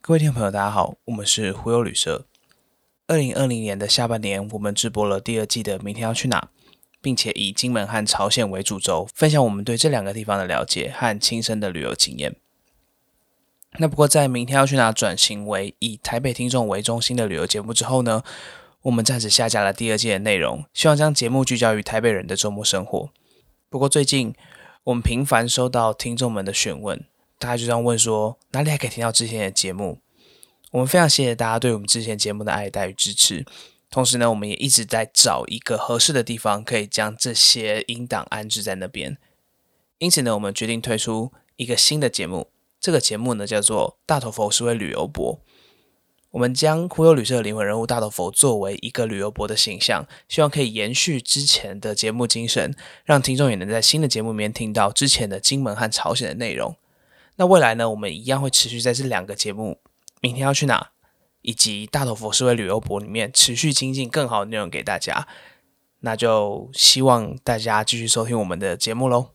各位听众朋友，大家好，我们是忽悠旅社。二零二零年的下半年，我们直播了第二季的《明天要去哪》，并且以金门和朝鲜为主轴，分享我们对这两个地方的了解和亲身的旅游经验。那不过，在《明天要去哪》转型为以台北听众为中心的旅游节目之后呢，我们暂时下架了第二季的内容，希望将节目聚焦于台北人的周末生活。不过，最近我们频繁收到听众们的询问，大家就这样问说，哪里还可以听到之前的节目？我们非常谢谢大家对我们之前节目的爱戴与支持。同时呢，我们也一直在找一个合适的地方，可以将这些音档安置在那边。因此呢，我们决定推出一个新的节目，这个节目呢叫做《大头佛是位旅游博》。我们将忽悠旅社的灵魂人物大头佛作为一个旅游博的形象，希望可以延续之前的节目精神，让听众也能在新的节目里面听到之前的金门和朝鲜的内容。那未来呢，我们一样会持续在这两个节目明天要去哪，以及大头佛是位旅游博里面持续精进更好的内容给大家。那就希望大家继续收听我们的节目喽。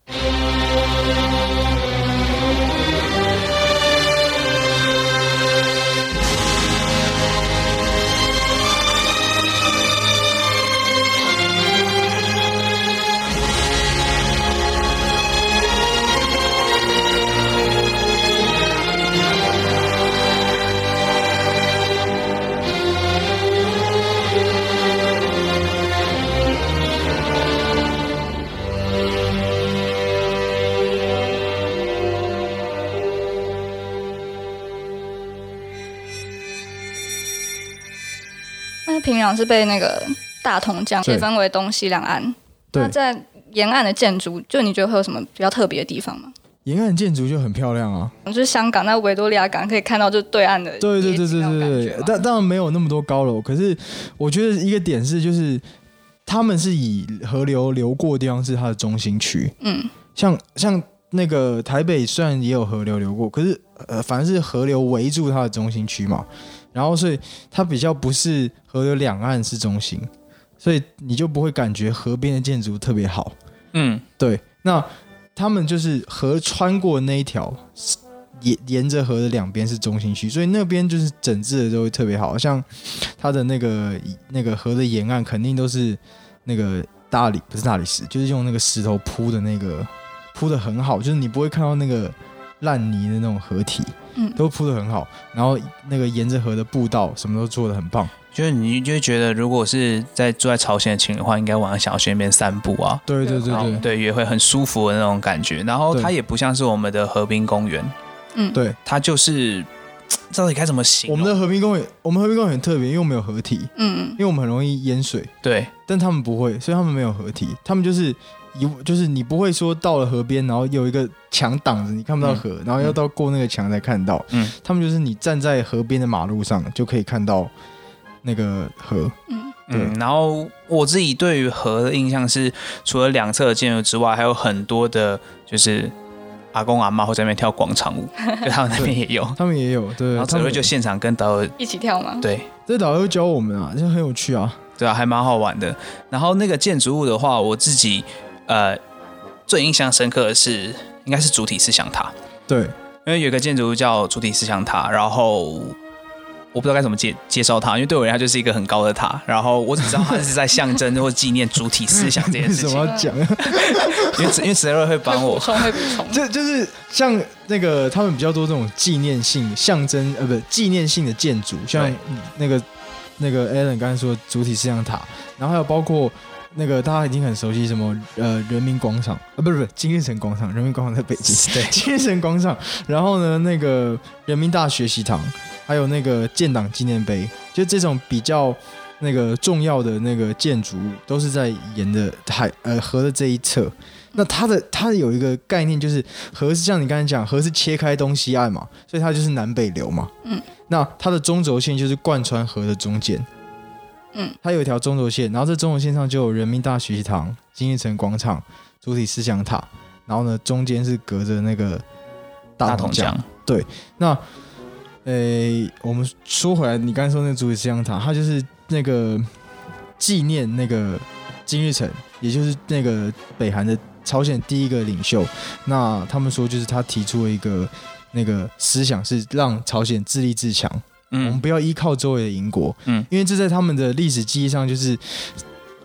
那平壤是被那个大同江对切分为东西两岸。对那在沿岸的建筑，就你觉得会有什么比较特别的地方吗？沿岸建筑就很漂亮啊。就是香港那维多利亚港可以看到，就对岸的对对夜对景对那种对感对觉对吗，但当然没有那么多高楼，可是我觉得一个点是，就是他们是以河流流过的地方是它的中心区，嗯，像像那个台北虽然也有河流流过，可是呃，反正是河流围住它的中心区嘛，然后所以它比较不是河流两岸是中心，所以你就不会感觉河边的建筑特别好。嗯，对，那他们就是河穿过那一条，沿沿着河的两边是中心区，所以那边就是整治的都会特别好，像它的那个那个河的沿岸肯定都是那个大理不是大理石，就是用那个石头铺的那个铺的很好，就是你不会看到那个烂泥的那种河体，嗯都铺的很好，然后那个沿着河的步道什么都做的很棒。就是你就会觉得，如果是在住在朝鲜的情侣的话，应该晚上想要去那边散步啊，对对对然后对对，也会很舒服的那种感觉。然后对它也不像是我们的河滨公园，嗯，对，它就是到底该怎么形我容？们的河滨公园，我们河滨公园很特别，因为我们有河体，嗯因，为我们很容易淹水。对但他们不会，所以他们没有合体，他们就是一就是你不会说到了河边，然后有一个墙挡着，你看不到河，然后要到过那个墙才看到。嗯嗯，他们就是你站在河边的马路上就可以看到那个河。嗯嗯，然后我自己对于河的印象是，除了两侧的建筑之外，还有很多的，就是阿公阿妈会在那边跳广场舞， 就他们那边也有。他们也有对，然后他指们挥就现场跟导游一起跳吗？对这导游教我们啊，就很有趣啊。对啊，还蛮好玩的。然后那个建筑物的话，我自己呃最印象深刻的是应该是主体思想塔，对，因为有一个建筑物叫主体思想塔，然后。我不知道该怎么介介绍它，因为对我而言，它就是一个很高的塔。然后我只知道它是在象征或纪念主体思想这为件事 什情，么要讲？ 因为因为 Siri 会帮会 我补充会补充。就就是像那个他们比较多这种纪念性、象征呃，不纪念性的建筑，像嗯对那个那个 Alan 刚才说的主体思想塔，然后还有包括那个大家已经很熟悉什么呃人民广场呃，不是不是金日成广场，人民广场在北京，对，金日成广场，然后呢那个人民大学习堂，还有那个建党纪念碑，就这种比较。那个重要的那个建筑物都是在沿着海呃河的这一侧，那它的它有一个概念，就是河是像你刚才讲，河是切开东西岸嘛，所以它就是南北流嘛。嗯，那它的中轴线就是贯穿河的中间。嗯，它有一条中轴线，然后这中轴线上就有人民大学习堂、金日成广场、主体思想塔，然后呢中间是隔着那个大同同江。奖，那，诶、呃我们说回来，你刚才说那个主体思想塔，它就是那个纪念那个金日成，也就是那个北韩的朝鲜第一个领袖。那他们说，就是他提出了一个那个思想是让朝鲜自立自强，我们嗯不要依靠周围的邻国，嗯因为这在他们的历史记忆上就是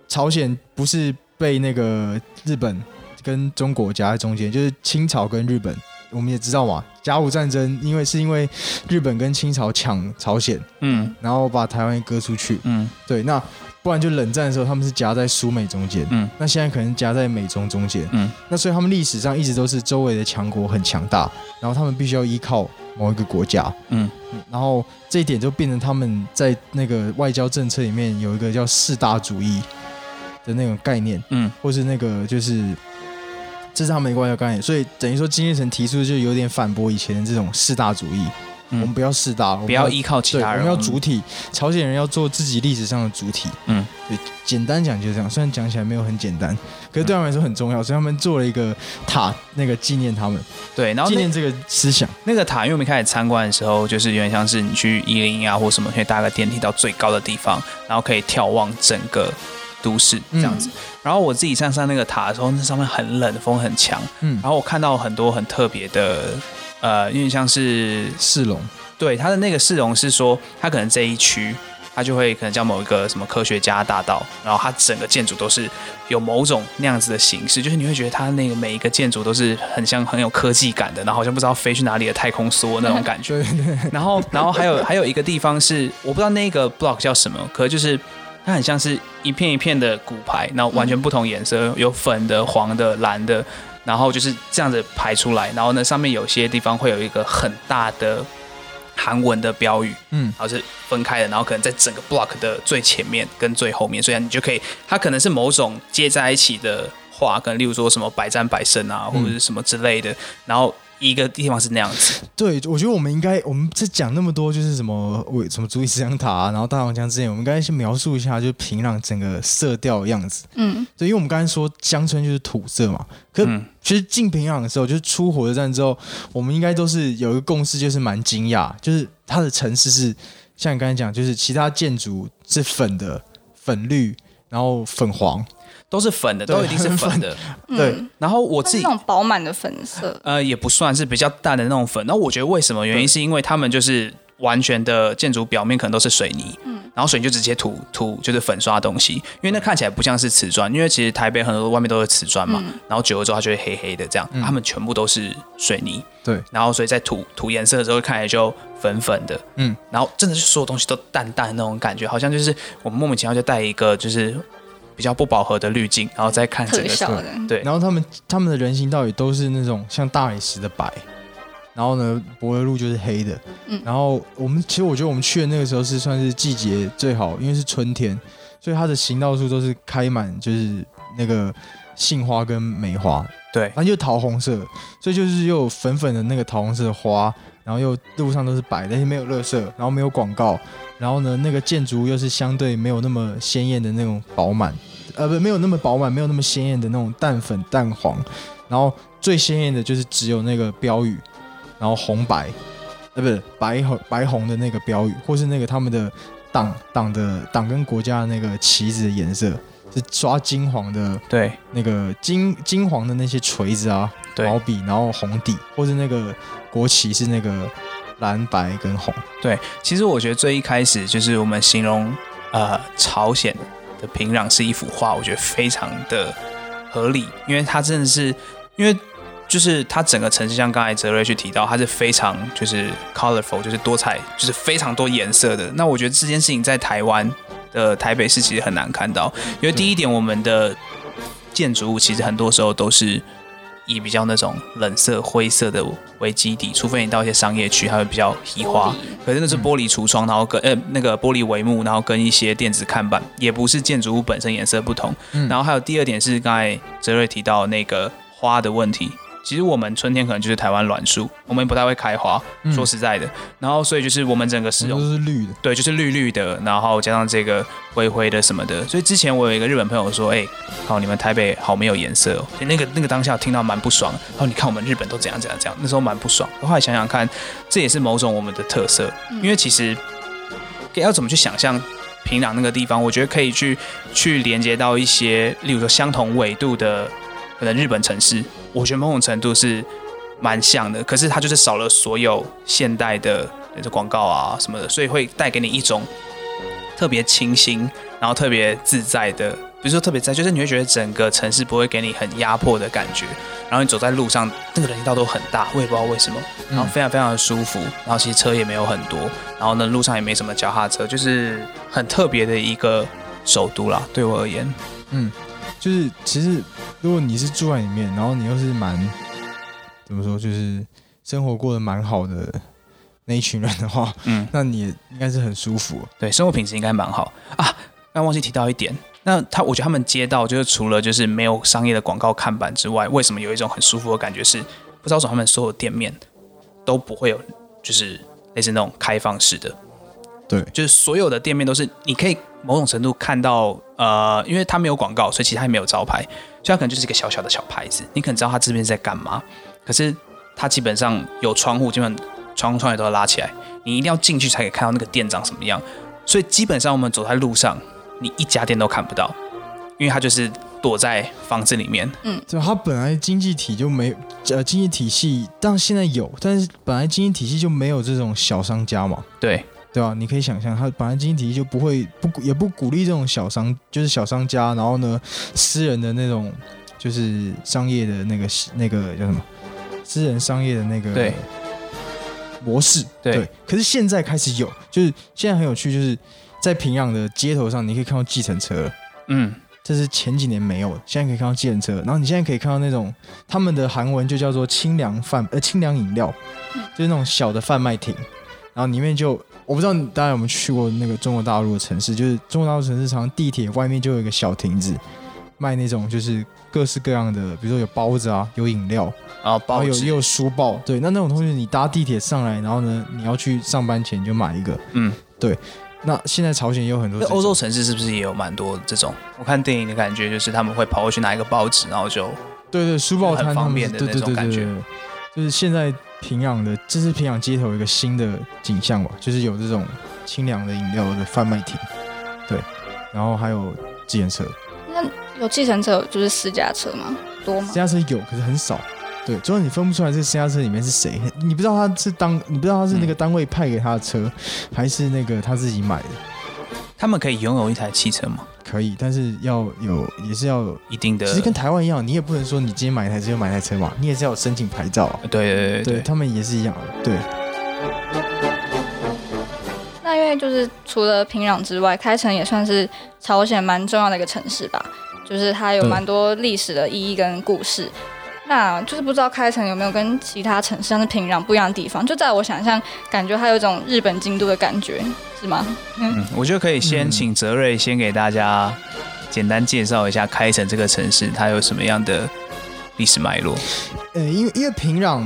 朝鲜不是被那个日本跟中国夹在中间，就是清朝跟日本，我们也知道嘛，甲午战争因为是因为日本跟清朝抢朝鲜，嗯然后把台湾割出去，嗯对，那不然就冷战的时候他们是夹在苏美中间，嗯那现在可能夹在美中中间，嗯，那所以他们历史上一直都是周围的强国很强大，然后他们必须要依靠某一个国家，嗯然后这一点就变成他们在那个外交政策里面有一个叫四大主义的那种概念，嗯，或是那个就是这是他们的外交概念，所以等于说金日成提出就有点反驳以前的这种四大主义，嗯我们不要四大，我们不要依靠其对，他我人，们要主体，朝鲜人要做自己历史上的主体。嗯，对，简单讲就是这样。虽然讲起来没有很简单，可是对他们来说很重要，所以他们做了一个塔，那个纪念他们，对，然后纪那念这个思想。那个塔，因为我们一开始参观的时候，就是有点像是你去一零啊或什么，可以搭个电梯到最高的地方，然后可以眺望整个都市这嗯样子。然后我自己上上那个塔的时候，那上面很冷，风很强，嗯，然后我看到很多很特别的，呃，有点像是世龙，对它的那个市容是说，它可能这一区。它就会可能叫某一个什么科学家大道，然后它整个建筑都是有某种那样子的形式，就是你会觉得它那个每一个建筑都是很像很有科技感的，然后好像不知道飞去哪里的太空梭那种感觉。对对对，然后，然后还有还有一个地方是我不知道那个 block 叫什么，可就是它很像是一片一片的骨牌，然后完全不同颜色，有粉的、黄的、蓝的，然后就是这样子排出来。然后呢，上面有些地方会有一个很大的韩文的标语，嗯然后是分开的，然后可能在整个 block 的最前面跟最后面，所以你就可以，它可能是某种接在一起的话，可能例如说什么百战百胜啊，或者是什么之类的，然后一个地方是那样子， 对，我觉得我们应该，我们这讲那么多，就是什么我什么主义思想塔、啊，然后大王江之前，我们应该去描述一下，就是平壤整个色调的样子。嗯，对，因为我们刚才说乡村就是土色嘛，可是嗯其实进平壤的时候，就是出火车站之后，我们应该都是有一个共识，就是蛮惊讶，就是它的城市是像你刚才讲，就是其他建筑是粉的、粉绿，然后粉黄，都是粉的，对都一定是粉的。嗯对，然后我它自是己那种饱满的粉色，呃也不算是比较淡的那种粉，那我觉得为什么原因对是因为他们就是完全的建筑表面可能都是水泥，嗯然后水泥就直接涂涂就是粉刷东西，因为那看起来不像是瓷砖，因为其实台北很多外面都是瓷砖嘛，嗯然后久了之后它就会黑黑的这样，他们全部都是水泥，对，然后所以在涂涂颜色的时候看起来就粉粉的，嗯，然后真的是所有东西都淡淡的那种感觉，好像就是我们莫名其妙就带一个就是比较不饱和的滤镜，然后再看整特个效的，对，然后他们他们的人行道也都是那种像大理石的白，然后呢，柏油路就是黑的。嗯然后我们其实我觉得我们去的那个时候是算是季节最好，因为是春天，所以它的行道树都是开满就是那个杏花跟梅花，对反正就桃红色，所以就是又有粉粉的那个桃红色的花，然后又路上都是白的，但是没有垃圾，然后没有广告，然后呢，那个建筑物又是相对没有那么鲜艳的那种饱满，呃，不，没有那么饱满，没有那么鲜艳的那种淡粉淡黄，然后最鲜艳的就是只有那个标语，然后红白，呃，不是白红白红的那个标语，或是那个他们的党党的党跟国家的那个旗子的颜色是刷金黄的对那个金金黄的那些锤子啊，对毛笔，然后红底，或是那个国旗是那个蓝白跟红，对，其实我觉得最一开始就是我们形容呃朝鲜的平壤是一幅画，我觉得非常的合理，因为它真的是因为。就是它整个城市，像刚才泽瑞去提到，它是非常就是 colorful，就是多彩，就是非常多颜色的。那我觉得这件事情在台湾的台北市其实很难看到，因为第一点，我们的建筑物其实很多时候都是以比较那种冷色、灰色的为基底，除非你到一些商业区，它会比较移花。可是那是玻璃橱窗，然后跟呃那个玻璃帷幕，然后跟一些电子看板，也不是建筑物本身颜色不同。嗯然后还有第二点是刚才哲瑞提到那个花的问题。其实我们春天可能就是台湾栾树，我们不太会开花，嗯说实在的。然后所以就是我们整个市容都是绿的，对，就是绿绿的，然后加上这个灰灰的什么的。所以之前我有一个日本朋友说：“哎、靠，你们台北好没有颜色哦。”那个那个当下听到蛮不爽的。然后你看我们日本都怎样怎样怎样，那时候蛮不爽。后来想想看，这也是某种我们的特色，因为其实要怎么去想象平壤那个地方，我觉得可以去去连接到一些，例如说相同纬度的可能日本城市，我觉得某种程度是蛮像的，可是它就是少了所有现代的那些广告啊什么的，所以会带给你一种特别清新，然后特别自在的，不是说特别自在，就是你会觉得整个城市不会给你很压迫的感觉。然后你走在路上，那个人行道都很大，我也不知道为什么，嗯然后非常非常的舒服，然后其实车也没有很多，然后呢路上也没什么脚踏车，就是很特别的一个首都啦，对我而言。就是其实如果你是住在里面，然后你又是蛮怎么说，就是生活过得蛮好的那一群人的话，嗯， 那你也应该是很舒服。对，生活品质应该蛮好啊。那忘记提到一点，那他我觉得他们街道就是除了就是没有商业的广告看板之外，为什么有一种很舒服的感觉是，不知道为什么他们所有店面都不会有就是类似那种开放式的，对就是所有的店面都是你可以某种程度看到，呃，因为它没有广告，所以其实它也没有招牌，所以它可能就是一个小小的小牌子，你可能知道它这边在干嘛，可是它基本上有窗户，基本上窗窗也都要拉起来，你一定要进去才可以看到那个店长什么样，所以基本上我们走在路上，你一家店都看不到，因为它就是躲在房子里面，就它本来经济体就没呃经济体系，但现在有，但是本来经济体系就没有这种小商家嘛，对。对吧、你可以想象，它本来经济体系就不会不鼓也不鼓励这种小商，就是小商家，然后呢，私人的那种就是商业的那个那个叫什么，私人商业的那个对模式对可是现在开始有，就是现在很有趣，就是在平壤的街头上，你可以看到计程车了。嗯，这是前几年没有的，现在可以看到计程车，然后你现在可以看到那种他们的韩文就叫做清凉饭呃清凉饮料，就是那种小的贩卖厅，然后里面就我不知道你大家有没有去过那个中国大陆的城市，就是中国大陆城市常常地铁外面就有一个小亭子，卖那种就是各式各样的，比如说有包子啊，有饮料，然后然包哦后有也邮，有书报，对，那那种东西你搭地铁上来，然后呢你要去上班前你就买一个，嗯，那现在朝鲜也有很多那这种欧洲城市是不是也有蛮多这种？我看电影的感觉就是他们会跑过去拿一个报纸，然后就对对，书报就是摊很他方们便是的对那对种对感对觉对，就是现在平壤的，这是平壤街头有一个新的景象吧，就是有这种清凉的饮料的贩卖厅，对，然后还有自行车，有计程车，就是私家车吗？多吗私？家车有，可是很少。对，主要你分不出来这私家车里面是谁，你不知道他是当，你不知道他是嗯那个单位派给他的车，还是那个他自己买的，他们可以拥有一台汽车吗？可以，但是要有，也是要有，一定的，其实跟台湾一样，你也不能说你今天买一台车就买一台车嘛，你也是要有申请牌照啊、对对对对对对，他们也是一样的，对。那因为就是除了平壤之外，开城也算是朝鲜蛮重要的一个城市吧，就是它有对蛮多历史的意义跟故事。那就是不知道开城有没有跟其他城市，像是平壤不一样的地方。就在我想象，感觉它有一种日本京都的感觉，是吗？嗯，我觉得可以先嗯请泽瑞先给大家简单介绍一下开城这个城市，它有什么样的历史脉络？呃，因为因为平壤，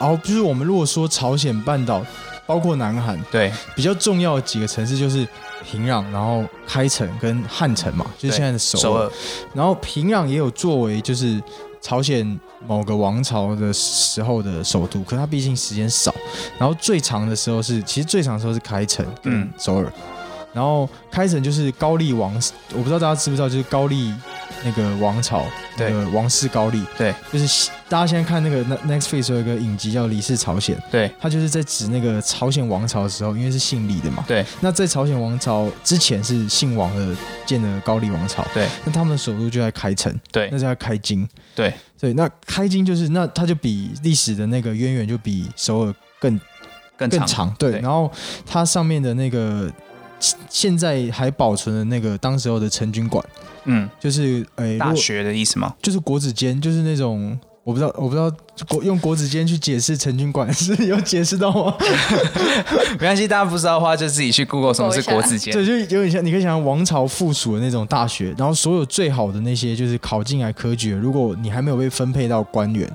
然后就是我们如果说朝鲜半岛，包括南韩，对，比较重要的几个城市就是平壤，然后开城跟汉城嘛，就是对现在的首尔。首尔，然后平壤也有作为就是朝鲜某个王朝的时候的首都，可它毕竟时间少。然后最长的时候是，其实最长的时候是开城跟嗯首尔。然后开城就是高丽王，我不知道大家知不知道，就是高丽那个王朝，对那个王室高丽，对，就是大家现在看那个 Ne- Netflix 有一个影集叫《李氏朝鲜》，对，它就是在指那个朝鲜王朝的时候，因为是姓李的嘛，对，那在朝鲜王朝之前是姓王的建的高丽王朝，对，那他们的首都就在开城，对那叫开京，对对，那开京就是那它就比历史的那个渊源就比首尔更更更长，长，对，对然后它上面的那个现现在还保存的那个当时候的城军馆，嗯，就是诶、如大果学的意思吗？就是国子监，就是那种。我不知道，我不知道国用国子监去解释城军馆 是有解释到吗？没关系，大家不知道的话就自己去 Google 什么是 Google 一下国子监。对，就有点像，你可以想象王朝附属的那种大学，然后所有最好的那些就是考进来科举的，如果你还没有被分配到官员，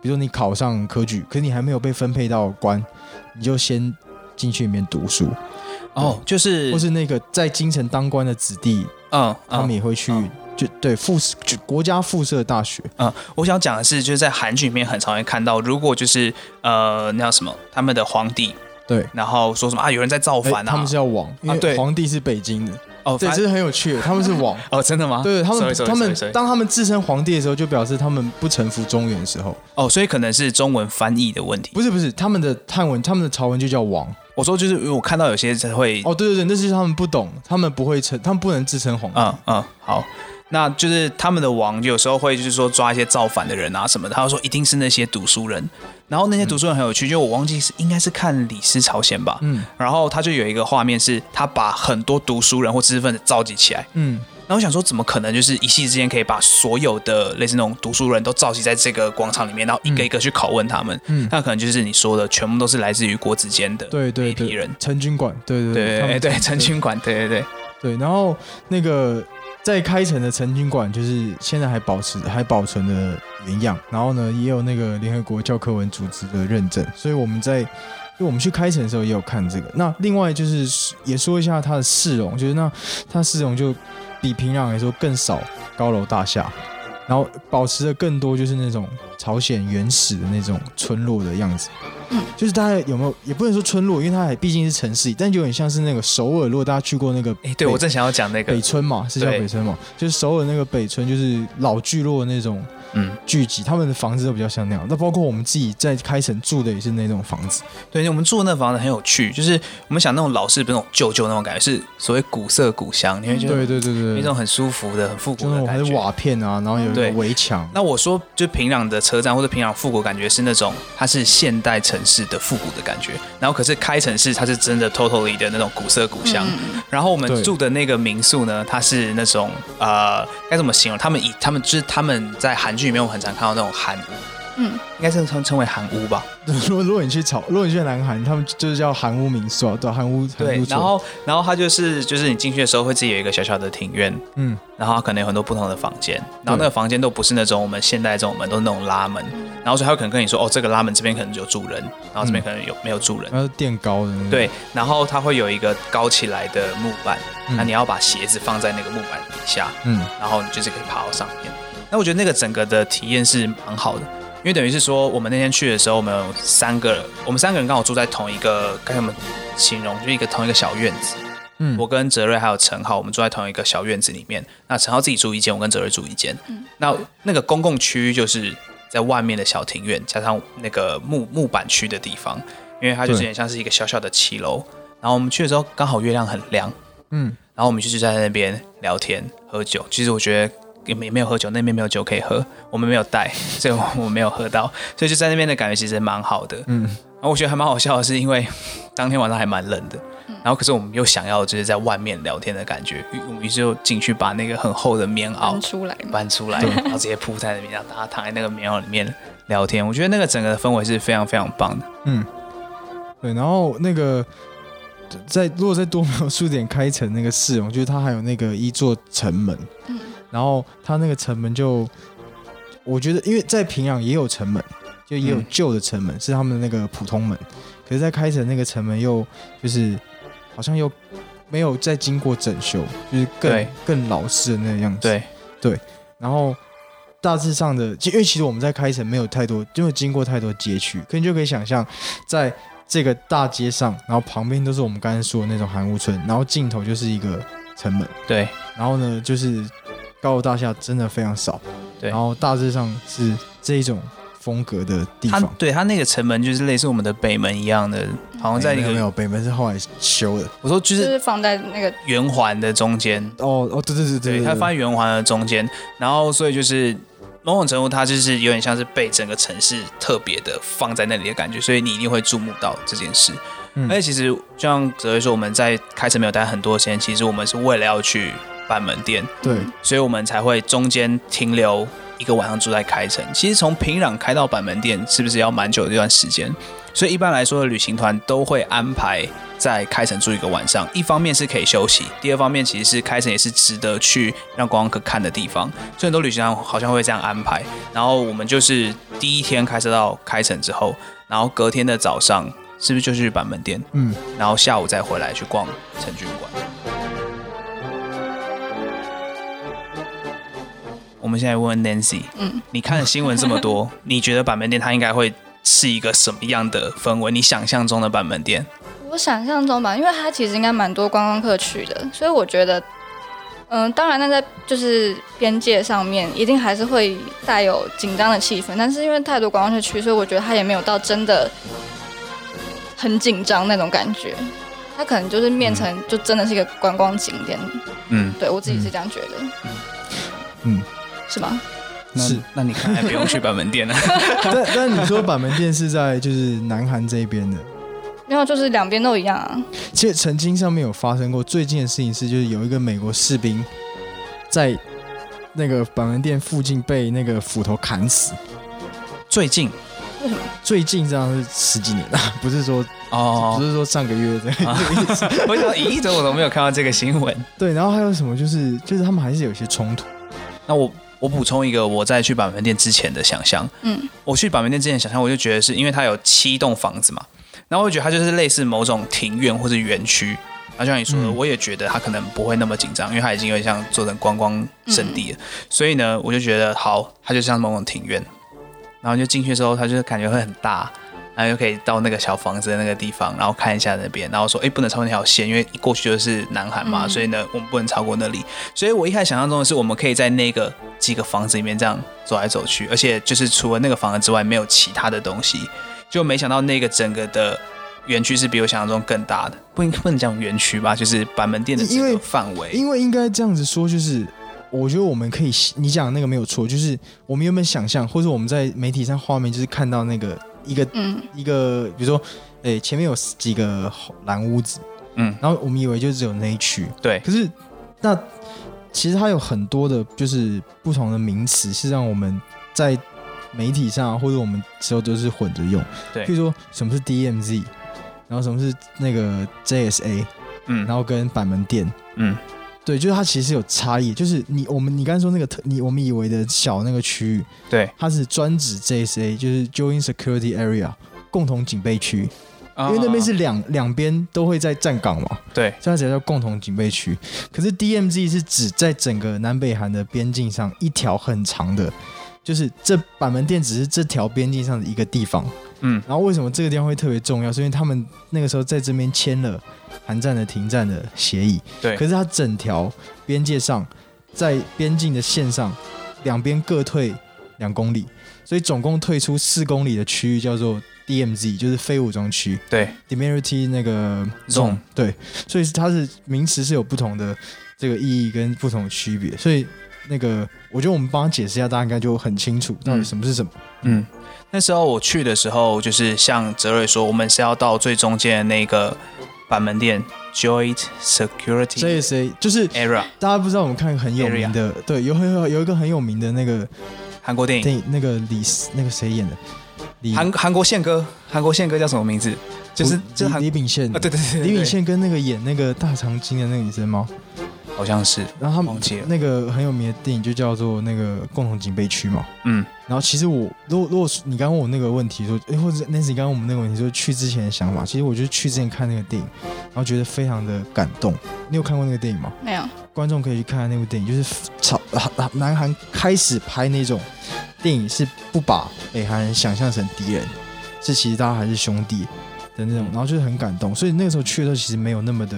比如说你考上科举，可是你还没有被分配到官，你就先进去里面读书，哦，就是或是那个在京城当官的子弟，嗯他们嗯也会去、嗯就对附就国家附设大学，嗯，我想讲的是，就是在韩剧里面很常会看到，如果就是呃那叫什么，他们的皇帝，对，然后说什么啊有人在造哎反啊，他们是要往，因啊对为皇帝是北京的，哦，对，反这是很有趣的，他们是 王。哦，真的吗？对他 Sorry, 们， sorry, 他 sorry, sorry 们当他们自称皇帝的时候，就表示他们不臣服中原的时候，哦，所以可能是中文翻译的问题。不是不是，他们的汉文，他们的朝文就叫王。我说就是因为我看到有些人会，哦，对对对，那是他们不懂，他们不会称，他们不能自称皇帝。嗯嗯，好，那就是他们的王有时候会就是说抓一些造反的人啊什么的，他就说一定是那些读书人。然后那些读书人很有趣，就我忘记是应该是看《李斯朝鲜》吧，嗯然后他就有一个画面是他把很多读书人或知识分子召集起来，嗯，然后我想说，怎么可能就是一夕之间可以把所有的类似那种读书人都召集在这个广场里面，然后一个一个去拷问他们？嗯那可能就是你说的，全部都是来自于国子监的对那对一批对人，。陈军馆，对对对他对们对，陈军馆，对对对，对，然后那个在开城的陈军馆，就是现在还保持还保存的原样，然后呢，也有那个联合国教科文组织的认证，所以我们在就我们去开城的时候也有看这个。那另外就是也说一下它的市容，就是那它市容就比平壤来说更少高楼大厦，然后保持的更多就是那种朝鲜原始的那种村落的样子。嗯，就是大家有没有也不能说村落，因为它还毕竟是城市，但有点像是那个首尔。如果大家去过那个哎，对北我正想要讲那个北，村嘛，是叫对北村嘛，就是首尔那个北村，就是老聚落那种嗯，聚集，他们的房子都比较像那样。那包括我们自己在开城住的也是那种房子，对，我们住的那房子很有趣，就是我们想那种老式不是那种旧旧那种感觉，是所谓古色古香，你会觉得对对对有对一对，种很舒服的、很复就古的那种还感是觉。瓦片啊，然后有一对个围墙，那我说，就平壤的车站或者平壤复古，感觉是那种它是现代城市的复古的感觉，然后可是开城市它是真的 totally 的那种古色古香。嗯然后我们对住的那个民宿呢，它是那种呃该怎么形容？他们以他们就是他们在韩剧里面我们很常看到那种韩屋，嗯，应该是称称为韩屋吧？ 如果如果你去朝，如果你去南韩，他们就是叫韩屋民宿啊，对啊，韩屋韩对屋。然后然后它就是就是你进去的时候会自己有一个小小的庭院，嗯，然后它可能有很多不同的房间，然后那对个房间都不是那种我们现代这种门，都是那种拉门，然后所以他可能跟你说，哦，这个拉门这边可能有住人，然后这边嗯可能有、没有住人，然后垫高的那种，对，然后它会有一个高起来的木板，嗯那你要把鞋子放在那个木板底下，嗯然后你就是可以爬到上面。那我觉得那个整个的体验是蛮好的，因为等于是说我们那天去的时候，我们有三个，我们三个人刚好住在同一个该怎么形容，就是一个同一个小院子。嗯，我跟哲瑞还有陈浩，我们住在同一个小院子里面。那陈浩自己住一间，我跟哲瑞住一间。那那个公共区域就是在外面的小庭院，加上那个木木板区的地方，因为它就是有对点像是一个小小的骑楼。然后我们去的时候刚好月亮很亮，嗯然后我们就是在那边聊天喝酒。其实我觉得也没也没有喝酒，那边没有酒可以喝，我们没有带， 所以我我没有喝到，所以就在那边的感觉其实蛮好的。嗯，然后我觉得还蛮好笑的是，因为 当天晚上还蛮冷的，然后可是我们又想要就是在外面聊天的感觉，于我们于是就进去把那个很厚的棉袄搬出来嘛，搬出来，然后直接铺在那边，然后大家躺在那个棉袄里面聊天。我觉得那个整个的氛围是非常非常 棒的。嗯对，然后那个在如果再多描述点开城那个市容，就是它还有那个一座城门，嗯然后它那个城门就，我觉得因为在平壤也有城门，就也有嗯旧的城门、是他们的那个普通门，可是，在开城那个城门又就是好像又没有再经过整修，就是更对更老式的那个样子。对，然后大致上的，其因为其实我们在开城没有太多，没有经过太多街区，可你就可以想象，在这个大街上，然后旁边都是我们刚才说的那种韩屋村，然后尽头就是一个城门，对，然后呢就是高楼大厦真的非常少，对然后大致上是这一种风格的地它方。嗯对它那个城门就是类似我们的北门一样的，好像在一没有没个有北门是后来修的，我说就就是是放在那个圆环的中间，哦哦对对对对，对，它他放在圆环的中间，然后所以就是某种程度，它就是有点像是被整个城市特别的放在那里的感觉，所以你一定会注目到这件事。嗯而且其实就像哲瑞说，我们在开城没有待很多时间，其实我们是为了要去板门店，对所以我们才会中间停留一个晚上住在开城。其实从平壤开到板门店，是不是要蛮久的一段时间？所以一般来说，旅行团都会安排在开城住一个晚上。一方面是可以休息，第二方面其实是开城也是值得去让观光客看的地方。所以很多旅行团好像会这样安排。然后我们就是第一天开车到开城之后，然后隔天的早上是不是就去板门店？嗯。然后下午再回来去逛陈军馆。我们现在问问 Nancy，嗯，你看了新闻这么多，你觉得板门店它应该会是一个什么样的氛围？你想象中的板门店？我想象中吧，因为它其实应该蛮多观光客去的，所以我觉得，嗯、当然那在就是边界上面一定还是会带有紧张的气氛，但是因为太多观光客去，所以我觉得它也没有到真的很紧张那种感觉，它可能就是面成就真的是一个观光景点，嗯，对我自己是这样觉得，嗯，是吗？那是嗯那你看来不用去板门店了。但但你说板门店是在就是南韩这边的，没有，就是两边都一样啊，其实曾经上面有发生过最近的事情是，就是有一个美国士兵在那个板门店附近被那个斧头砍死。最近最近这样是十几年了， 不是说、哦啊不，是说上个月这样、这个意思。 我想咦，怎么我都没有看到这个新闻？对，然后还有什么就是就是他们还是有一些冲突。那我我补充一个，我在去板门店之前的想象，嗯，我去板门店之前想象，我就觉得是因为它有七栋房子嘛，然后我就觉得它就是类似某种庭院或是园区。然后就像你说的，嗯我也觉得它可能不会那么紧张，因为它已经有点像做成观光圣地了。所以呢，我就觉得好，它就像某种庭院。然后就进去之后，它就是感觉会很大，然后就可以到那个小房子的那个地方，然后看一下那边，然后说，哎，不能超过那条线，因为一过去就是南韩嘛，嗯所以呢，我们不能超过那里。所以我一开始想象中的是，我们可以在那个几个房子里面这样走来走去，而且就是除了那个房子之外，没有其他的东西。就没想到那个整个的园区是比我想象中更大的，不应不能讲园区吧，就是板门店的整因为个范围。因为应该这样子说，就是我觉得我们可以，你讲那个没有错，就是我们原本想象，或者我们在媒体上画面就是看到那个一个嗯，一个，比如说，诶、前面有几个蓝屋子，嗯，然后我们以为就只有那一区，对可是那其实它有很多的，就是不同的名词是让我们在媒体上或者我们之后都是混着用，对譬如说什么是 DMZ，然后什么是那个 JSA，嗯然后跟板门店，嗯，对，就是它其实有差异，就是你我们你刚才说那个特你我们以为的小那个区域，对，它是专指 JSA，就是 Joint Security Area 共同警备区，因因为那嗯边是两两边都会在站岗嘛，啊对所以它才叫共同警备区。可是 DMZ 是指在整个南北韩的边境上一条很长的，就是这板门店只是这条边境上的一个地方。嗯然后为什么这个地方会特别重要？是因为他们那个时候在这边签了韩战的停战的协议，对可是它整条边界上，在边境的线上，两边各退两公里，所以总共退出四公里的区域叫做 DMZ，就是非武装区对 （Demility 那个 Zone 对，所以它是名词是有不同的这个意义跟不同的区别，所以那个我觉得我们帮他解释一下，大家应该就很清楚到底什么是什么。嗯。那时候我去的时候，就是像哲瑞说，我们是要到最中间的那个板门店 Joint Security JSA 就是。 Era 大家不知道，我们看很有名的，对，有很有有一个很有名的那个韩国电影，电影，那个李那个谁演的，李韩韩国宪歌，韩国宪歌叫什么名字？就是不就是韩哦李李秉宪啊，对对对对，李对秉，宪跟那个演那个大长今的那个女生吗？好像是，然后他忘们记了那个很有名的电影就叫做那个共同警备区嘛。嗯，然后其实我，如果如果是你刚刚问我那个问题说，诶或者 Nancy 刚刚我们那个问题说去之前的想法，其实我就是去之前看那个电影，然后觉得非常的感动。你有看过那个电影吗？没有，观众可以去看看那部电影，就是朝啊南韩开始拍那种电影，是不把北韩人想象成敌人，是其实大家还是兄弟的那种，嗯然后就是很感动。所以那个时候去的时候，其实没有那么的，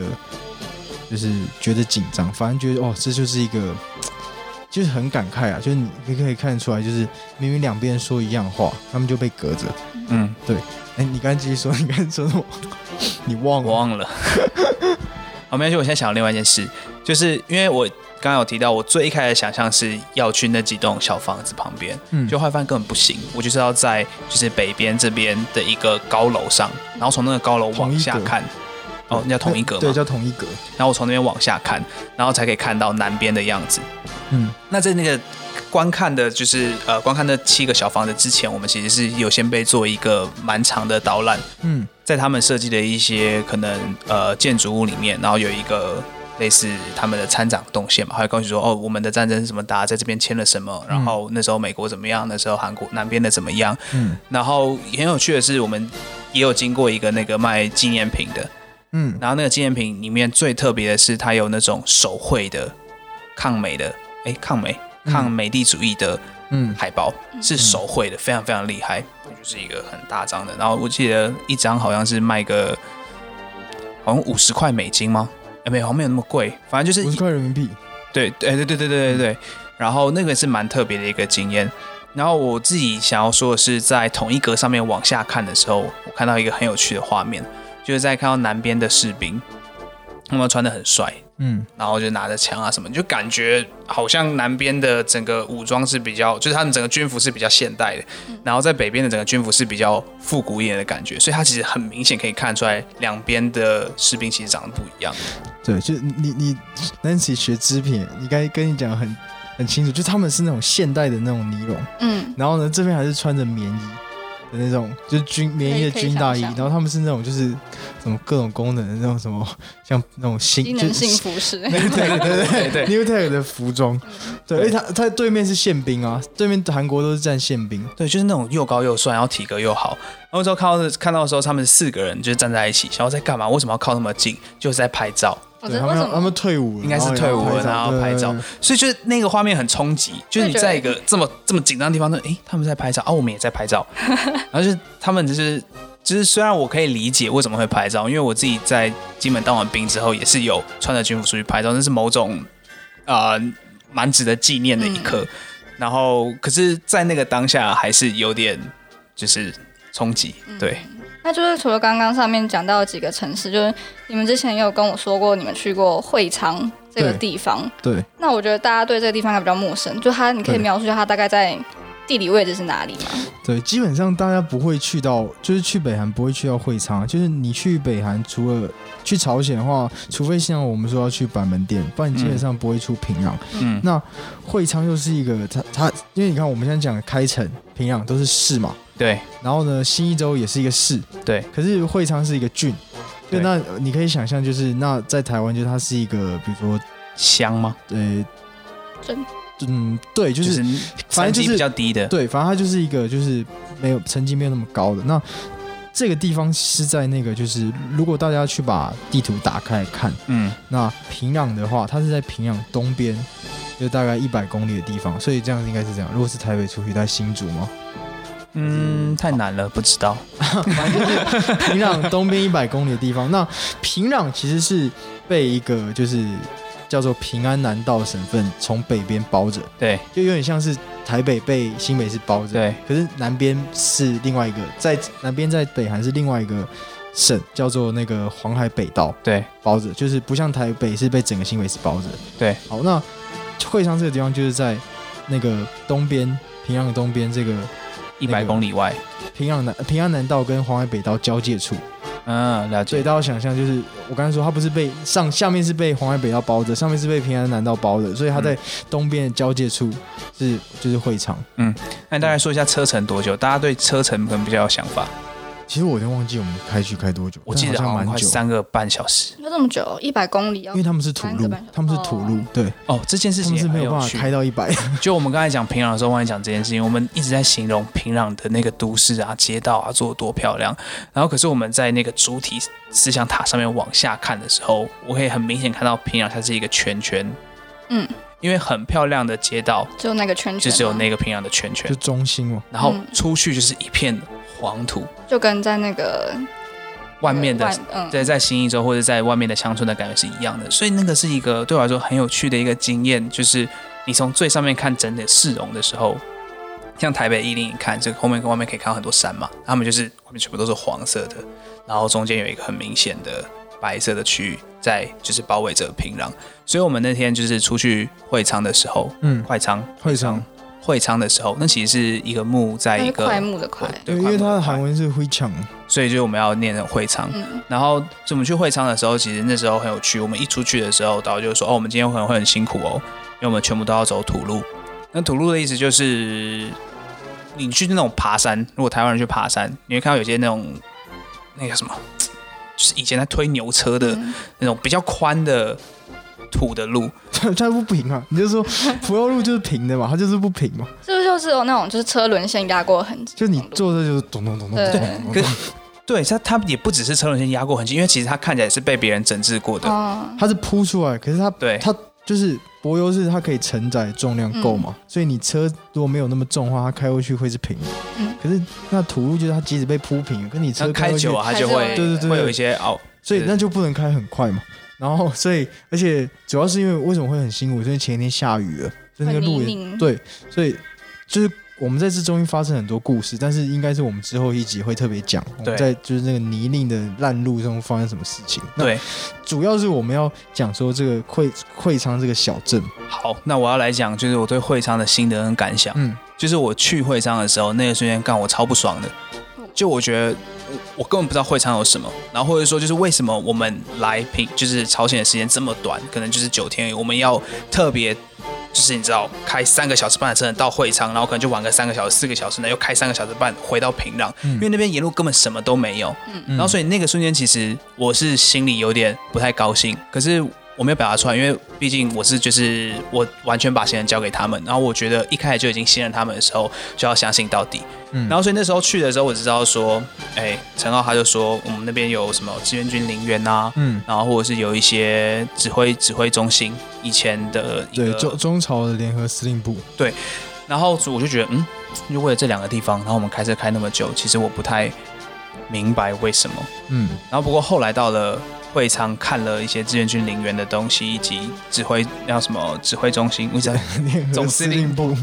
就是觉得紧张，反而觉得哦，这就是一个，就是很感慨啊。就是你你可以看得出来，就是明明两边说一样话，他们就被隔着。嗯。哎，你刚才继续说，你刚才说什么？ 你我忘了？忘了。好，没关系，我现在想到另外一件事，就是因为我刚刚有提到，我最一开始想象是要去那几栋小房子旁边，嗯就后来发现根本不行，我就是要在就是北边这边的一个高楼上，然后从那个高楼往下看。哦，那叫同一格对，嘛。叫同一格。然后我从那边往下看，然后才可以看到南边的样子。嗯，那在那个观看的，就是呃，观看那七个小房子之前，我们其实是有先被做一个蛮长的导览，嗯，在他们设计的一些可能呃建筑物里面，然后有一个类似他们的参展动线嘛，还有告诉你说哦，我们的战争是什么打，在这边签了什么，然后那时候美国怎么样，那时候韩国南边的怎么样，嗯然后很有趣的是，我们也有经过一个那个卖纪念品的，嗯，然后那个纪念品里面最特别的是，它有那种手绘的抗美的，哎，抗美抗美帝主义的嗯海报是手绘的，非常非常厉害，就是一个很大张的。然后我记得一张好像是卖个好像五十块美金吗？哎，没有，好像没有那么贵，反正就是五十块人民币，对，哎对，对，对，对，对，对。然后那个是蛮特别的一个经验。然后我自己想要说的是，在同一格上面往下看的时候，我看到一个很有趣的画面，就是在看到南边的士兵，他们穿的很帅，嗯，然后就拿着枪啊什么，你就感觉好像南边的整个武装是比较，就是他们整个军服是比较现代的，然后在北边的整个军服是比较复古一点的感觉，所以它其实很明显可以看出来两边的士兵其实长得不一样。对，就是你你 Nancy 学织品，应该跟你讲很很清楚，就他们是那种现代的那种尼龙，嗯，然后呢这边还是穿着棉衣的那种，就是军棉衣的可以军大可以衣，想象然后他们是那种就是什么各种功能的那种什么像那种 新机就能性服饰，对对对对 对对，New Tech 的服装，嗯对，而且他他对面是宪兵啊，对面韩国都是站宪兵，哦对，就是那种又高又帅，然后体格又好。然后之后看到的看到的时候，他们四个人就是站在一起，想要在干嘛？为什么要靠那么近？就是在拍照。我对真他为们什要他么？们退伍了，应该是退伍了，然后拍照对对，所以就是那个画面很冲击，就是你在一个这么这么紧张的地方，说，诶，他们在拍照，啊，我们也在拍 照，然后就是他们就是就是虽然我可以理解为什么会拍照，因为我自己在金门当完兵之后也是有穿着军服出去拍照，那是某种呃蛮值得纪念的一刻。然后可是，在那个当下还是有点就是冲击，对，那就是除了刚刚上面讲到的几个城市，就是你们之前也有跟我说过，你们去过会昌这个对地方。对对，那我觉得大家对这个地方还比较陌生，就它，你可以对描述一下它大概在地理位置是哪里吗？对，基本上大家不会去到，就是去北韩不会去到会昌，就是你去北韩除了去朝鲜的话，除非像我们说要去板门店，不然你基本上不会出平壤。嗯，那会昌又是一个，它它因为你看我们现在讲的开城、平壤都是市嘛，对，然后呢新一州也是一个市，对，可是会昌是一个郡，对对，那你可以想象就是那在台湾就它是一个，比如说香吗？呃，镇嗯，对，就就是是反层正就级是比较低的，对，反正它就是一个就是没有成绩没有那么高的。那这个地方是在那个就是，如果大家去把地图打开来看，嗯，那平壤的话，它是在平壤东边，就大概一百公里的地方，所以这样应该是这样。如果是台北出去，在新竹吗？嗯，太难了，不知道。反正就是平壤东边一百公里的地方。那平壤其实是被一个就是叫做平安南道省份从北边包着，对就有点像是台北被新北市包着。对，可是南边是另外一个，在南边在北韩是另外一个省，叫做那个黄海北道对包着，就是不像台北是被整个新北市包着。对，好，那会昌这个地方就是在那个东边平壤的东边这个一百那个公里外。平壤南平壤南道跟黄海北道交界处，嗯，了所以解。大家想象就是我刚才说，它不是被上下面是被黄海北道包着，上面是被平安南道包着，所以它嗯在东边的交界处是就是会昌。那你大概说一下车程多久？大家对车程可能比较有想法。其实我有点忘记我们开去开多久，我记得但好好像快蛮久，三个半小时。就这么久，一百公里要因为他们是土哦三个路半小时，他们是土路，对，哦，这件事他情们也是很没有办法趣开到一百。 就我们刚才讲平壤的时候，忘记讲这件事情。我们一直在形容平壤的那个都市啊、街道啊做的多漂亮，然后可是我们在那个主体思想塔上面往下看的时候，我可以很明显看到平壤它是一个圈圈。嗯，因为很漂亮的街道，只有那个圈圈吗，就只有那个平壤的圈圈嗯就，中心哦嘛，然后嗯出去就是一片黄土，就跟在那个外面的外嗯在在新一州或者在外面的乡村的感觉是一样的，所以那个是一个对我来说很有趣的一个经验，就是你从最上面看整体市容的时候，像台北一零一看，这个后面跟外面可以看到很多山嘛，他们就是外面全部都是黄色的，然后中间有一个很明显的白色的区域在就是包围着平壤，所以我们那天就是出去会昌的时候，嗯，会昌会昌，会昌的时候，那其实是一个木在那一是个快木的快，对，对，因为它快木的块韩文是会昌，所以就是我们要念成会昌。嗯，然后就我们去会昌的时候，其实那时候很有趣。我们一出去的时候，导游就说：“哦，我们今天可能会很辛苦哦，因为我们全部都要走土路。那土路的意思就是，你去那种爬山，如果台湾人去爬山，你会看到有些那种那个什么，就是以前在推牛车的嗯那种比较宽的土的路， 它不平啊，你 就说福佑路就是平的嘛，它就是不平嘛，是不是就是有那种就是车轮线压过的痕迹？就你坐这就是咚咚咚咚咚对咚咚可咚，对，它它也不只是车轮先压过痕迹，因为其实它看起来是被别人整治过的。哦，它是铺出来，可是它对它就是柏油是它可以承载重量够嘛，所以你车如果没有那么重的话，它开过去会是平的。嗯可是那土路就是它即使被铺平了，可是你它车开过去久，啊，它就还是会会对对对，会有一些凹哦所以是那就不能开很快嘛。然后，所以而且主要是因为为什么会很辛苦，是因为前一天下雨了，所以那个很路泥也泞，对，所以就是我们在这中间发生很多故事，但是应该是我们之后一集会特别讲，我对们在就是那个泥泞的烂路中发生什么事情。那对，主要是我们要讲说这个会会昌这个小镇，好，那我要来讲，就是我对会昌的心得跟感想。嗯，就是我去会昌的时候，那个瞬间干我超不爽的，就我觉得我我根本不知道会昌有什么，然后或者说就是为什么我们来平就是朝鲜的时间这么短，可能就是九天而已，我们要特别。就是你知道，开三个小时半的车程到会昌，然后可能就玩个三个小时、四个小时呢，又开三个小时半回到平壤，嗯因为那边沿路根本什么都没有。然然后所以那个瞬间，其实我是心里有点不太高兴，可是我没有表达出来，因为毕竟我是就是我完全把信任交给他们，然后我觉得一开始就已经信任他们的时候，就要相信到底。嗯然后所以那时候去的时候，我知道说，哎，陈浩他就说我们那边有什么志愿军陵园啊。嗯，然后或者是有一些指挥指挥中心以前的一对个中中朝的联合司令部，然后我就觉得，嗯，就为了这两个地方，然后我们开车开那么久，其实我不太明白为什么。嗯然后不过后来到了会昌，看了一些志愿军陵园的东西，以及指挥那叫什么指挥中心，我 想， 联合总司司令令部，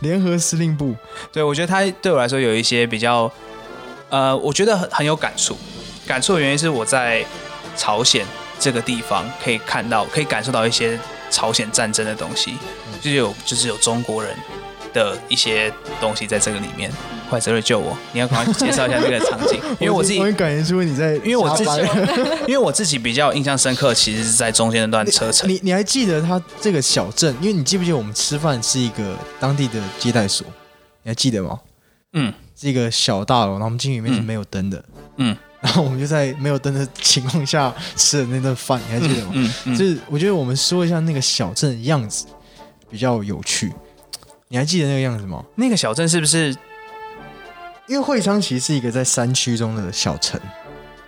联合司令部，对我觉得他对我来说有一些比较，呃，我觉得很很有感触。感触的原因是我在朝鲜这个地方可以看到，可以感受到一些朝鲜战争的东西，嗯就是有就是有中国人的一些东西在这个里面。快泽瑞救我！你要赶快介绍一下这个场景， 因为我自己我很感觉出你在，因因为我自己，因为我自己比较印象深刻，其实是在中间那段车程。你你还记得它这个小镇？因为你记不记得我们吃饭是一个当地的接待所？你还记得吗？嗯，是一个小大楼，然后我们进去里面是嗯没有灯的。嗯，然后我们就在没有灯的情况下吃的那顿饭，你还记得吗？嗯嗯，就是我觉得我们说一下那个小镇的样子比较有趣。你还记得那个样子吗？那个小镇是不是？因为会昌其实是一个在山区中的小城。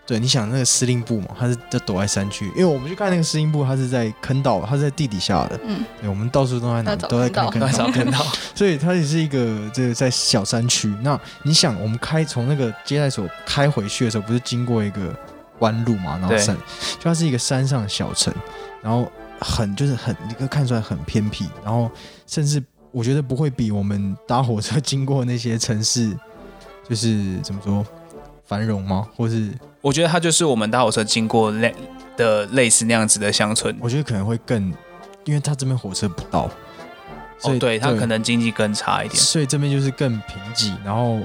对，你想那个司令部嘛，它是就躲在山区，因为我们去看那个司令部，它是在坑道，它是在地底下的。嗯，对，我们到处都在哪那种都在看刚才道少，看到， 所以它也是一个这个在小山区。那你想，我们开从那个接待所开回去的时候，不是经过一个弯路嘛？然后对山，就它是一个山上的小城，然后很就是很一个看出来很偏僻，然后甚至我觉得不会比我们搭火车经过那些城市，就是怎么说繁荣吗？或是我觉得它就是我们搭火车经过类的类似那样子的乡村。哦我觉得可能会更，因为它这边火车不到，所以、哦，对，它可能经济更差一点。所以这边就是更贫瘠，然后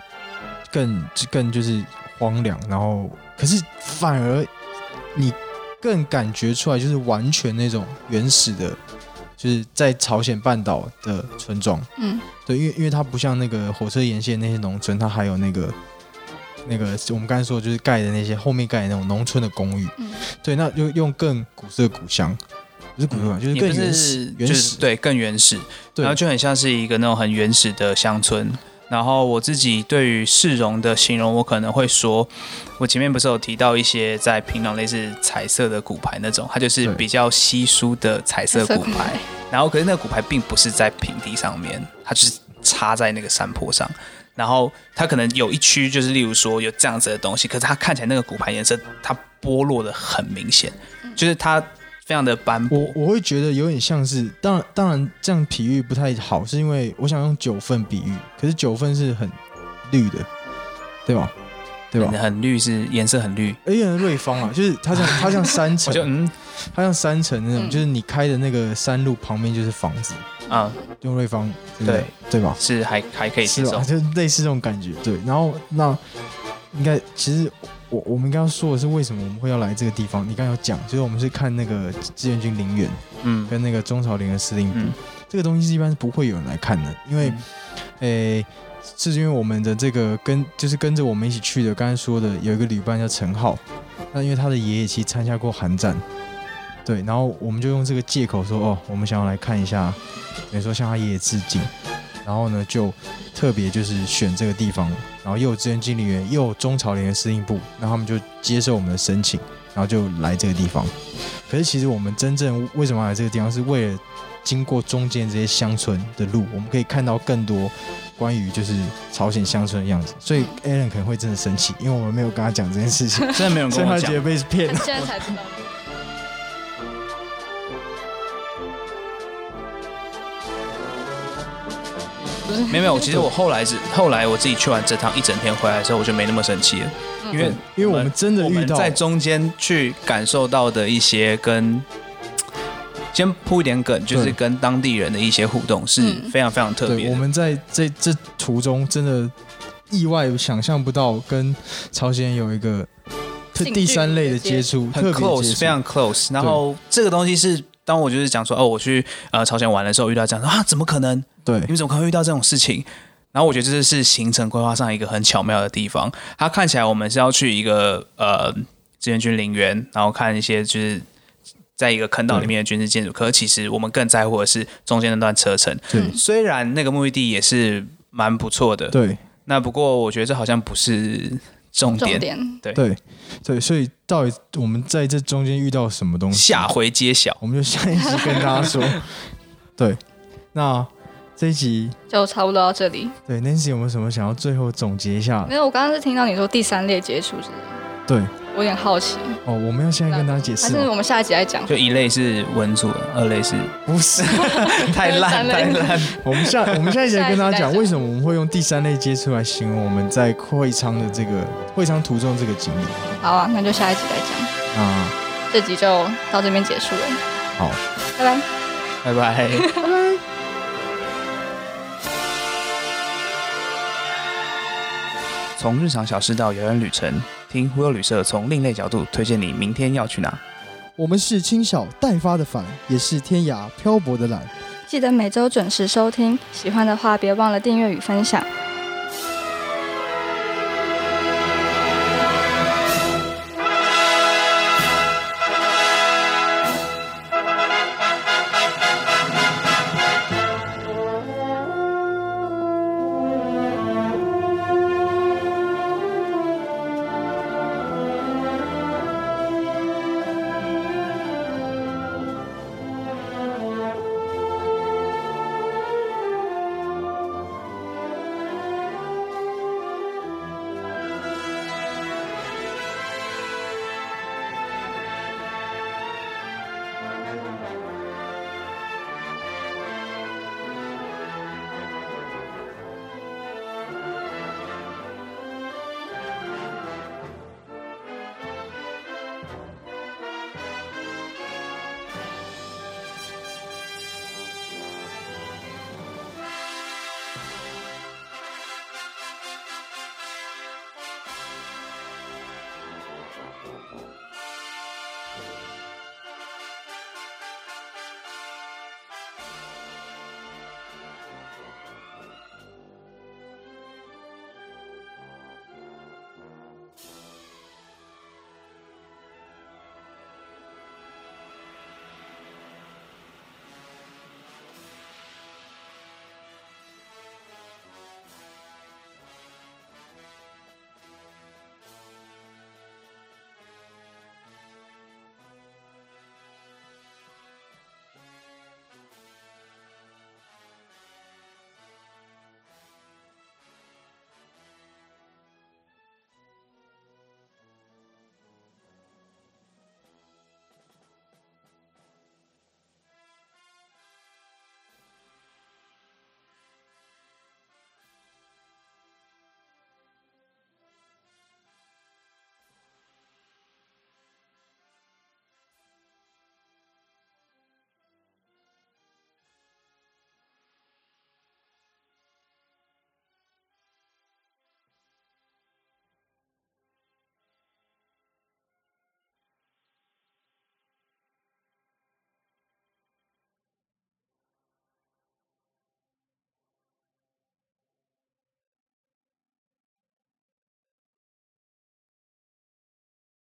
更更就是荒凉，然后可是反而你更感觉出来，就是完全那种原始的，就是在朝鲜半岛的村庄。嗯，对，因为因为它不像那个火车沿线那些农村，它还有那个那个我们刚才说的就是盖的那些后面盖的那种农村的公寓。嗯，对，那就用更古色古香，不是古色古香，就是也不更是原始，就原是始。对更原始，对然后就很像是一个那种很原始的乡村。然后我自己对于市容的形容，我可能会说，我前面不是有提到一些在平壤类似彩色的骨牌那种，它就是对比较稀疏的彩色色骨 恐牌。然后可是那个骨牌并不是在平地上面，它就是插在那个山坡上。然后它可能有一区就是例如说有这样子的东西，可是它看起来那个骨牌颜色它剥落的很明显，嗯就是它非常的斑驳我。我会觉得有点像是，当然当然这样比喻不太好，是因为我想用九份比喻，可是九份是很绿的，对吧？对吧很？很绿是颜色很绿。而且瑞 芳啊，就是它像它像山我城就，嗯它像山城那种，嗯就是你开的那个山路旁边就是房子，啊，用瑞芳对不对对吧？是还还可以接是啊受吧？。 就是类似这种感觉，对。然后那应该其实我我们应该要说的是为什么我们会要来这个地方？你刚才有讲，就是我们是看那个志愿军陵园嗯跟那个中朝联合司令部。嗯，这个东西是一般是不会有人来看的，因为嗯诶、是因为我们的这个跟就是跟着我们一起去的，刚才说的有一个旅伴叫陈浩，那因为他的爷爷其实参加过韩战，对，然后我们就用这个借口说哦，我们想要来看一下，等于说向他爷爷致敬，然后呢就特别就是选这个地方，然后又有资源经理员，又有中朝联合司令部，那他们就接受我们的申请。然后就来这个地方。可是其实我们真正为什么来这个地方，是为了经过中间这些乡村的路，我们可以看到更多关于就是朝鲜乡村的样子。所以 Alan 可能会真的生气，因为我们没有跟他讲这件 事情，真的没有人所跟以我他觉讲得。被骗了。现在才知道。没有没有，其实我后来是后来我自己去完这趟一整天回来的时候，我就没那么生气了， 因为嗯因为我们真的我遇们到在中间去感受到的一些跟。先铺一点梗，就是对跟当地人的一些互动是嗯非常非常特别对，的。我们在这这途中真的意外想象不到跟朝鲜有一个特近距离第三类的的接接触，很特别 close，接触非常 close。然后这个东西是，当我就是讲说，哦，我去呃朝鲜玩的时候遇到这样说啊，怎么可能？ 对你们怎么可能会遇到这种事情？然后我觉得这是行程规划上一个很巧妙的地方。它看起来我们是要去一个呃志愿军陵园，然后看一些就是在一个坑道里面的军事建筑，可是其实我们更在乎的是中间那段车程。对虽然那个目的地也是蛮不错的，对那不过我觉得这好像不是重重点，点对对，所以到底我们在这中间遇到什么东西？下回揭晓。我们就下一集跟大家 说。对，那这一集就差不多到这里。对 Nancy 有没有什么想要最后总结一下没？有，我刚刚是听到你说第三类接触，是对我有点好奇，哦，我们要现在跟大家解还释哦是吗，我们下一集再讲？就一类是文组的，二类是 不是？太烂三类太烂，我们下我们下一节跟下一大家集再讲，讲为什么我们会用第三类接触来形容我们在会昌的这个会昌途中这个经历好啊，那就下一集再讲。啊。这集就到这边结束了，好，拜拜。拜拜。从日常小事到遥远旅程，听忽悠旅社从另类角度推荐你明天要去哪。我们是轻小待发的帆，也是天涯漂泊的蓝。记得每周准时收听，喜欢的话别忘了订阅与分享。